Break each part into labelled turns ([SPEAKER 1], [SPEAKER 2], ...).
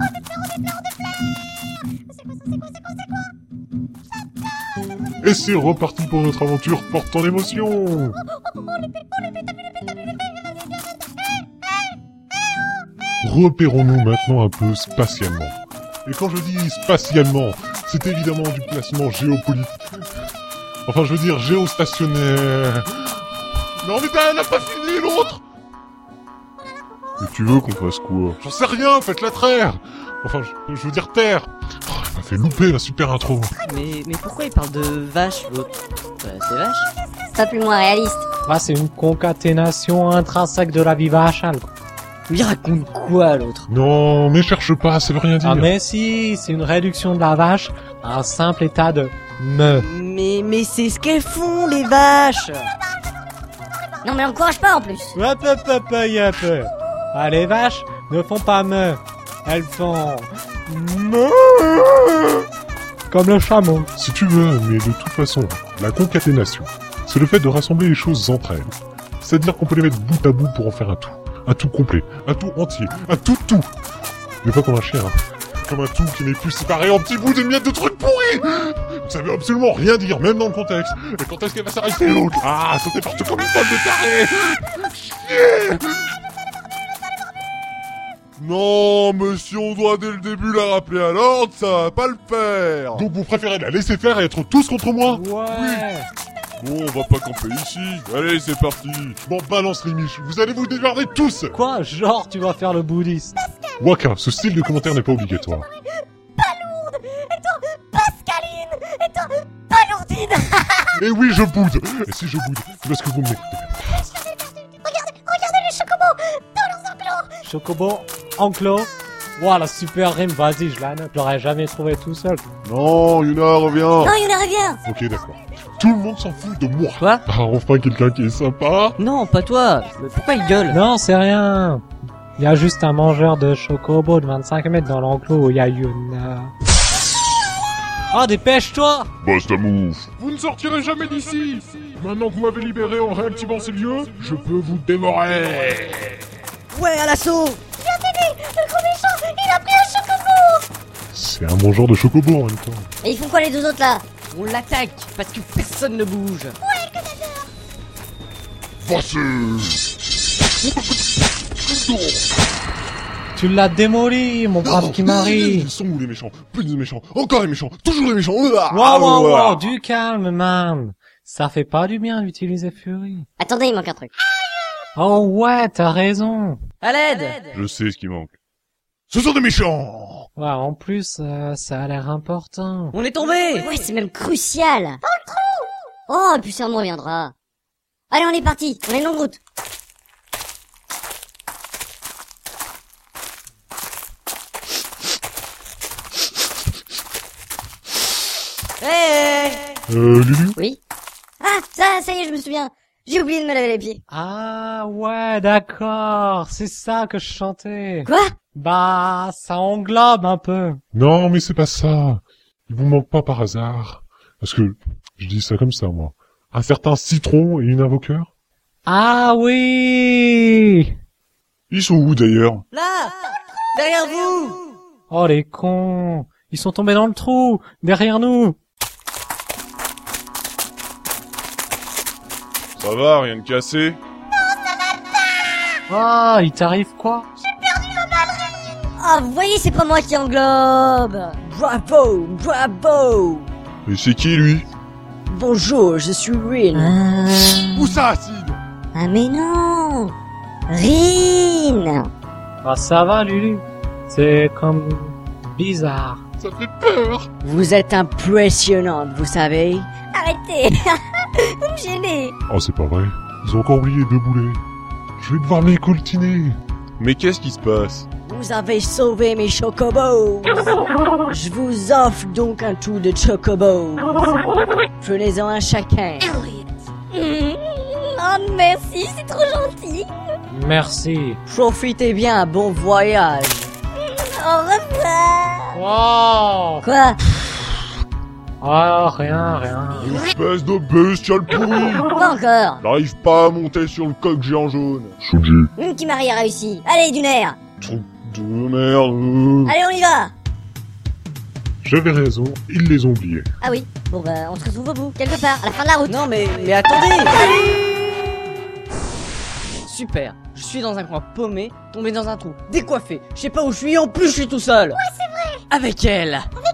[SPEAKER 1] blanc de flair C'est quoi ça C'est quoi C'est quoi C'est quoi
[SPEAKER 2] Et c'est reparti pour notre aventure porte en émotion
[SPEAKER 1] Oh, oh, le pé- oh, le pé- t'as vu le pé- t'as vu le pé- vas-y, vas-y,
[SPEAKER 2] Repérons-nous maintenant un peu spatialement. Et quand je dis spatialement, c'est évidemment du placement géopolitique. Enfin, je veux dire géostationnaire. Non mais t'as- elle a pas fini l'autre Et tu veux qu'on fasse quoi J'en sais rien, faites-la terre Enfin, je, je veux dire terre Oh, Elle m'a fait louper la super intro
[SPEAKER 3] Mais, mais pourquoi il parle de vache l'autre Bah, C'est vache
[SPEAKER 4] Pas plus moins réaliste.
[SPEAKER 5] Ah, c'est une concaténation intrinsèque de la vie hein, vachale. quoi.
[SPEAKER 3] Lui raconte quoi l'autre
[SPEAKER 2] Non, mais cherche pas, ça veut rien dire
[SPEAKER 5] Ah, mais si, c'est une réduction de la vache à un simple état de me.
[SPEAKER 3] Mais mais c'est ce qu'elles font les vaches
[SPEAKER 4] Non mais l'encourage pas en plus.
[SPEAKER 5] Hop, hop, hop, hop, hop. Ah, les vaches ne font pas me. Elles font me. Comme le chameau.
[SPEAKER 2] Si tu veux, mais de toute façon, la concaténation, c'est le fait de rassembler les choses entre elles. C'est-à-dire qu'on peut les mettre bout à bout pour en faire un tout. Un tout complet, un tout entier, un tout tout Mais pas comme un chien, hein. comme un tout qui n'est plus séparé en petits bouts des miettes de trucs pourris Ça veut absolument rien dire, même dans le contexte Et quand est-ce qu'elle va s'arrêter l'autre Ah, sauter partout comme une table de taré Chier
[SPEAKER 6] Non, monsieur, on doit dès le début la rappeler à l'ordre, ça va pas le faire
[SPEAKER 2] Donc vous préférez la laisser faire et être tous contre moi
[SPEAKER 5] Ouais.
[SPEAKER 6] Bon, on va pas camper ici. Allez, c'est parti
[SPEAKER 2] Je m'en balance les miches, vous allez vous dégarder tous
[SPEAKER 5] Quoi Genre, tu vas faire le bouddhiste
[SPEAKER 2] Waka, ce style de commentaire n'est pas obligatoire.
[SPEAKER 1] Pascaline Et toi, Palourdine
[SPEAKER 2] Et Eh oui, je boude Et si je boude, c'est parce que vous m'écoutez.
[SPEAKER 1] Regardez, regardez les chocobos dans leurs enclos
[SPEAKER 5] Chocobo, enclos. Waouh, la super rime, vas-y, je la note. J'aurais jamais trouvé tout seul.
[SPEAKER 6] Non, Yuna, reviens
[SPEAKER 4] Non, il en revient.
[SPEAKER 2] Ok, d'accord. Tout le monde s'en fout de moi.
[SPEAKER 3] Quoi
[SPEAKER 2] Ah, enfin quelqu'un qui est sympa.
[SPEAKER 3] Non, pas toi Mais Pourquoi il gueule
[SPEAKER 5] Non, c'est rien. Il y a juste un mangeur de chocobo de 25 mètres dans l'enclos où il y a Yuna. Ah, dépêche-toi
[SPEAKER 6] Basta move
[SPEAKER 2] Vous ne sortirez jamais d'ici. Maintenant que vous m'avez libéré en réactivant ces lieux, je peux vous dévorer.
[SPEAKER 3] Ouais, à l'assaut
[SPEAKER 1] Le gros méchant, il a pris un chocobo
[SPEAKER 2] C'est un bon genre de chocobo en même temps.
[SPEAKER 4] Et ils font quoi les deux autres là
[SPEAKER 3] On l'attaque parce que personne ne bouge
[SPEAKER 5] Tu l'as démoli, mon brave Kimari
[SPEAKER 2] Ils sont où les méchants Plus de méchants, encore les méchants, toujours les méchants. Ah,
[SPEAKER 5] Waouh, waouh,
[SPEAKER 2] ouais.
[SPEAKER 5] waouh, du calme, man Ça fait pas du bien d'utiliser Fury.
[SPEAKER 4] Attendez, il manque un truc.
[SPEAKER 5] Oh ouais, t'as raison
[SPEAKER 3] À l'aide
[SPEAKER 6] Je sais ce qui manque.
[SPEAKER 2] Ce sont des méchants
[SPEAKER 5] Ouais, en plus, euh, ça a l'air important.
[SPEAKER 3] On est tombé
[SPEAKER 4] Ouais, c'est même crucial. Dans le trou Oh, et puis ça me reviendra. Allez, on est parti. On est longue route.
[SPEAKER 3] Eh, Hey
[SPEAKER 2] Euh, Lulu
[SPEAKER 4] Oui Ah, ça, ça y est, je me souviens. J'ai oublié de me laver les pieds.
[SPEAKER 5] Ah ouais, d'accord, c'est ça que je chantais.
[SPEAKER 4] Quoi
[SPEAKER 5] Bah, ça englobe un peu.
[SPEAKER 2] Non, mais c'est pas ça. Il vous manque pas par hasard. Parce que, je dis ça comme ça, moi. Un certain citron et une invoqueur
[SPEAKER 5] Ah oui
[SPEAKER 6] Ils sont où d'ailleurs
[SPEAKER 3] Là Derrière vous
[SPEAKER 5] Oh les cons Ils sont tombés dans le trou Derrière nous
[SPEAKER 6] Ça va, rien de cassé
[SPEAKER 5] Ah, il t'arrive quoi
[SPEAKER 4] Ah, vous voyez, c'est pas moi qui englobe.
[SPEAKER 3] Bravo Bravo
[SPEAKER 6] Mais c'est qui lui
[SPEAKER 3] Bonjour, je suis Rin.
[SPEAKER 4] Ah,
[SPEAKER 6] Où ça, Acide
[SPEAKER 4] ah mais non Rin
[SPEAKER 5] Ah ça va Lulu C'est comme... bizarre.
[SPEAKER 2] Ça fait peur
[SPEAKER 3] Vous êtes impressionnante, vous savez
[SPEAKER 4] Arrêtez Vous me gênez
[SPEAKER 2] Oh, c'est pas vrai. Ils ont encore oublié deux boulets. Je vais devoir me les coltiner.
[SPEAKER 6] Mais qu'est-ce qui se passe
[SPEAKER 7] Vous avez sauvé mes chocobos. Je vous offre donc un tout de chocobos. Prenez-en un chacun.
[SPEAKER 4] Mmh. Oh merci, c'est trop gentil
[SPEAKER 5] Merci.
[SPEAKER 7] Profitez bien, bon voyage.
[SPEAKER 4] Au revoir
[SPEAKER 5] Wow
[SPEAKER 4] Quoi
[SPEAKER 5] Ah, rien, rien.
[SPEAKER 6] Espèce de bestiole pourrie
[SPEAKER 4] Quoi encore
[SPEAKER 6] N'arrive pas à monter sur le coq géant jaune.
[SPEAKER 4] Hum, qui Marie a réussi Allez, d'une air
[SPEAKER 6] Truc de merde.
[SPEAKER 4] Allez, on y va
[SPEAKER 2] J'avais raison, ils les ont oubliés.
[SPEAKER 4] Ah oui, bon bah on se retrouve au bout, quelque part, à la fin de la route.
[SPEAKER 7] Non mais, mais attendez Super, je suis dans un coin paumé, tombé dans un trou, décoiffé, je sais pas où je suis, en plus je suis tout seul Ouais c'est vrai Avec elle
[SPEAKER 2] Hé,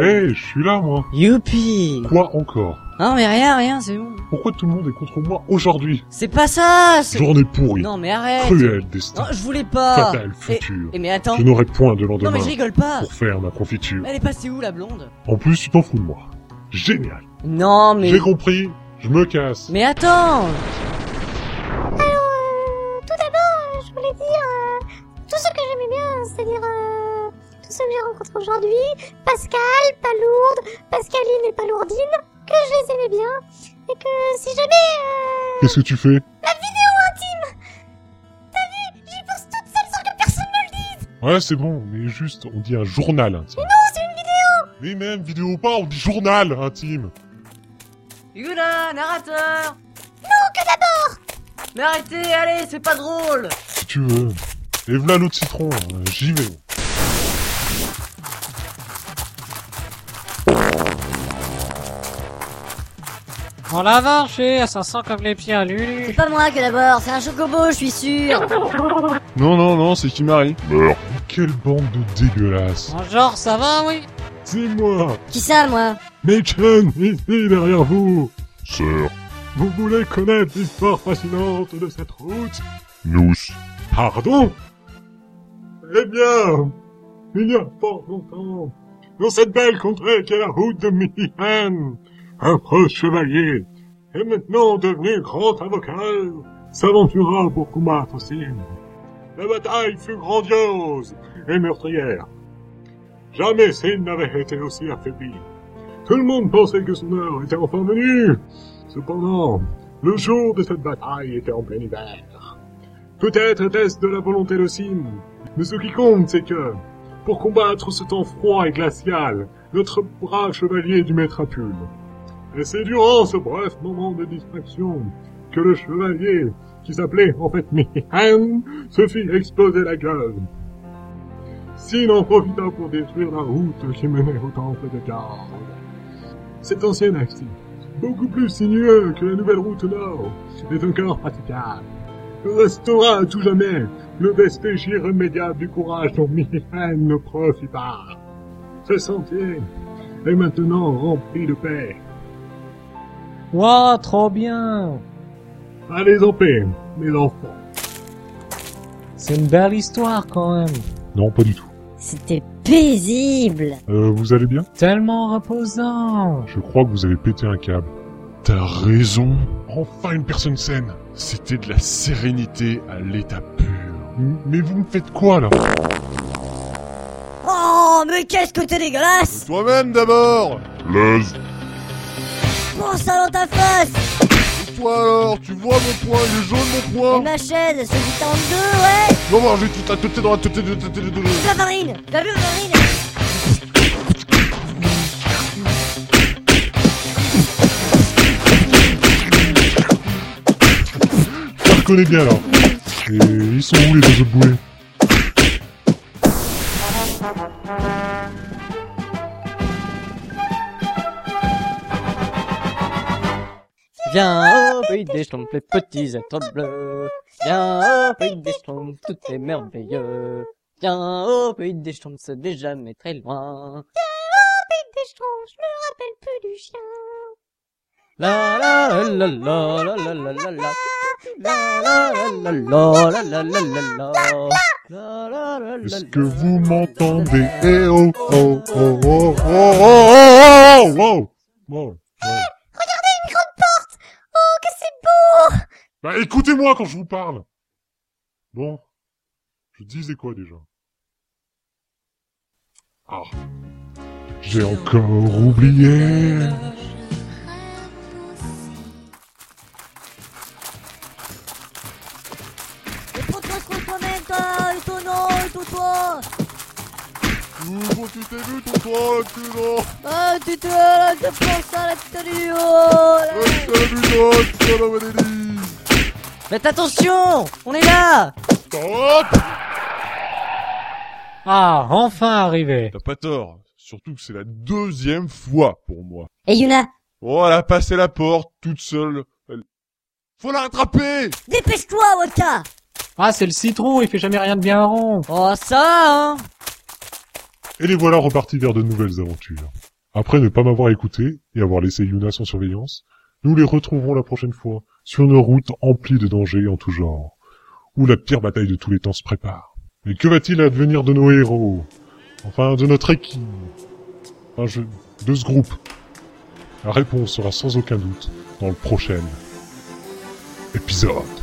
[SPEAKER 2] Eh, je suis là, moi
[SPEAKER 7] Youpi
[SPEAKER 2] Quoi encore
[SPEAKER 7] Non mais rien, rien, c'est bon.
[SPEAKER 2] Pourquoi tout le monde est contre moi aujourd'hui
[SPEAKER 7] C'est pas ça c'est-
[SPEAKER 2] Journée pourrie,
[SPEAKER 7] Non mais arrête
[SPEAKER 2] cruel destin,
[SPEAKER 7] Non, je voulais pas
[SPEAKER 2] fatal futur.
[SPEAKER 7] Et mais attends
[SPEAKER 2] Je n'aurai point de
[SPEAKER 7] Non
[SPEAKER 2] lendemain
[SPEAKER 7] mais je rigole pas
[SPEAKER 2] pour faire ma confiture.
[SPEAKER 7] Elle est passée où la blonde
[SPEAKER 2] En plus, tu t'en fous de moi. Génial
[SPEAKER 7] Non mais...
[SPEAKER 2] J'ai compris, je me casse
[SPEAKER 7] Mais attends
[SPEAKER 1] Euh, je voulais dire euh, tout ce que j'aimais bien, c'est-à-dire euh, tous ceux que j'ai rencontrés aujourd'hui, Pascal, Palourde, Pascaline et Palourdine, que je les aimais bien, et que si jamais euh,
[SPEAKER 2] Qu'est-ce que tu fais
[SPEAKER 1] j'y pense toute seule sans que personne ne
[SPEAKER 2] Ouais, c'est bon, mais juste, on dit un journal intime. Mais non, c'est une vidéo Mais même, vidéo ou pas, on dit journal intime
[SPEAKER 3] Yuna, narrateur Non, que d'abord Mais arrêtez, allez, c'est pas drôle
[SPEAKER 2] Si tu veux. Et voilà l'eau de citron, hein, j'y vais.
[SPEAKER 5] On l'a marché, ah, ça sent comme les pieds à Lulu.
[SPEAKER 4] C'est pas moi que d'abord, c'est un chocobo, je suis sûr.
[SPEAKER 8] Non, non, non, c'est Kimari.
[SPEAKER 2] Meurs. Quelle bande de dégueulasses.
[SPEAKER 5] Bonjour, ça va, oui
[SPEAKER 2] C'est moi
[SPEAKER 4] Qui ça, moi
[SPEAKER 2] Mei-chan, ici, derrière vous
[SPEAKER 6] Sœur,
[SPEAKER 2] Vous voulez connaître l'histoire fascinante de cette route
[SPEAKER 6] nous,
[SPEAKER 2] Pardon Eh bien, il y a fort longtemps, dans cette belle contrée qu'est la route de Mihan, un preux chevalier, et maintenant devenu grand avocat, s'aventura pour combattre Sin. La bataille fut grandiose et meurtrière. Jamais Sin n'avait été aussi affaibli. Tout le monde pensait que son heure était enfin venue. Cependant, le jour de cette bataille était en plein hiver. Peut-être était-ce de la volonté de Sim, mais ce qui compte, c'est que, pour combattre ce temps froid et glacial, notre brave chevalier dut mettre à pull. Et c'est durant ce bref moment de distraction que le chevalier, qui s'appelait en fait Mihan, se fit exploser la gueule. Sim en profita pour détruire la route qui menait au temple de Garde. Cet ancien axe, beaucoup plus sinueux que la nouvelle route nord, est encore praticable restera à tout jamais le vestige irrémédiable du courage dont Mihan ne profita. Ce sentier est maintenant rempli de paix.
[SPEAKER 5] Wow, trop bien
[SPEAKER 2] Allez en paix, mes enfants.
[SPEAKER 5] C'est une belle histoire, quand même.
[SPEAKER 2] Non, pas du tout.
[SPEAKER 4] C'était paisible.
[SPEAKER 2] Euh, vous allez bien
[SPEAKER 5] Tellement reposant
[SPEAKER 2] Je crois que vous avez pété un câble.
[SPEAKER 6] T'as raison.
[SPEAKER 2] Enfin une personne saine
[SPEAKER 6] C'était de la sérénité à l'état pur.
[SPEAKER 2] M- Mais vous me faites quoi, là
[SPEAKER 4] Oh, mais qu'est-ce que t'es dégueulasse
[SPEAKER 6] Toi-même d'abord
[SPEAKER 2] Laisse
[SPEAKER 4] Prends ça dans ta face
[SPEAKER 6] Toi alors, tu vois mon poing, il est jaune mon
[SPEAKER 4] Et
[SPEAKER 6] poing
[SPEAKER 4] ma chaise, elle se dit en deux, ouais
[SPEAKER 6] Non, moi j'ai tout à teuté dans la teuté de teuté de teuté
[SPEAKER 4] La farine T'as vu la farine
[SPEAKER 2] Je reconnais bien, là. Et ils sont où, les deux autres boulets
[SPEAKER 3] Viens au pays des schtroumpfs, les petits êtres bleus. Viens au pays des schtroumpfs, tout est merveilleux. Viens au pays des schtroumpfs, c'est déjà mais très loin.
[SPEAKER 1] des choses, je me rappelle plus du chien.
[SPEAKER 3] La la la la la la la la la la. La la la la la la la la la. La la la la
[SPEAKER 2] Est-ce
[SPEAKER 3] la.
[SPEAKER 2] que vous m'entendez Eh oh oh oh oh oh oh oh oh oh Wow.
[SPEAKER 1] Oh, que c'est
[SPEAKER 2] Bah écoutez-moi quand je vous parle Bon, je disais quoi déjà Ah, j'ai encore oublié
[SPEAKER 4] Mais prends-toi contre toi-même, toi Et ton nom, et ton toi
[SPEAKER 6] Ouvre, tu t'es vu ton poing, enculé
[SPEAKER 4] Ah, tu te la te prends ça, la putain du haut
[SPEAKER 6] Salut toi, tu vas la maladie
[SPEAKER 3] Faites attention On est là
[SPEAKER 6] Stop
[SPEAKER 5] Ah, enfin arrivé
[SPEAKER 6] T'as pas tort. Surtout que c'est la deuxième fois pour moi.
[SPEAKER 4] Et Yuna,
[SPEAKER 6] Oh, elle a passé la porte, toute seule. Elle- Faut la rattraper
[SPEAKER 4] dépêche-toi, Wodka
[SPEAKER 5] Ah, c'est le citron, il fait jamais rien de bien rond
[SPEAKER 7] Oh, ça, hein
[SPEAKER 2] Et les voilà repartis vers de nouvelles aventures. Après ne pas m'avoir écouté et avoir laissé Yuna sans surveillance, nous les retrouverons la prochaine fois sur une route emplie de dangers en tout genre, où la pire bataille de tous les temps se prépare. Mais que va-t-il advenir de nos héros Enfin, de notre équipe Enfin, je... de ce groupe La réponse sera sans aucun doute dans le prochain épisode.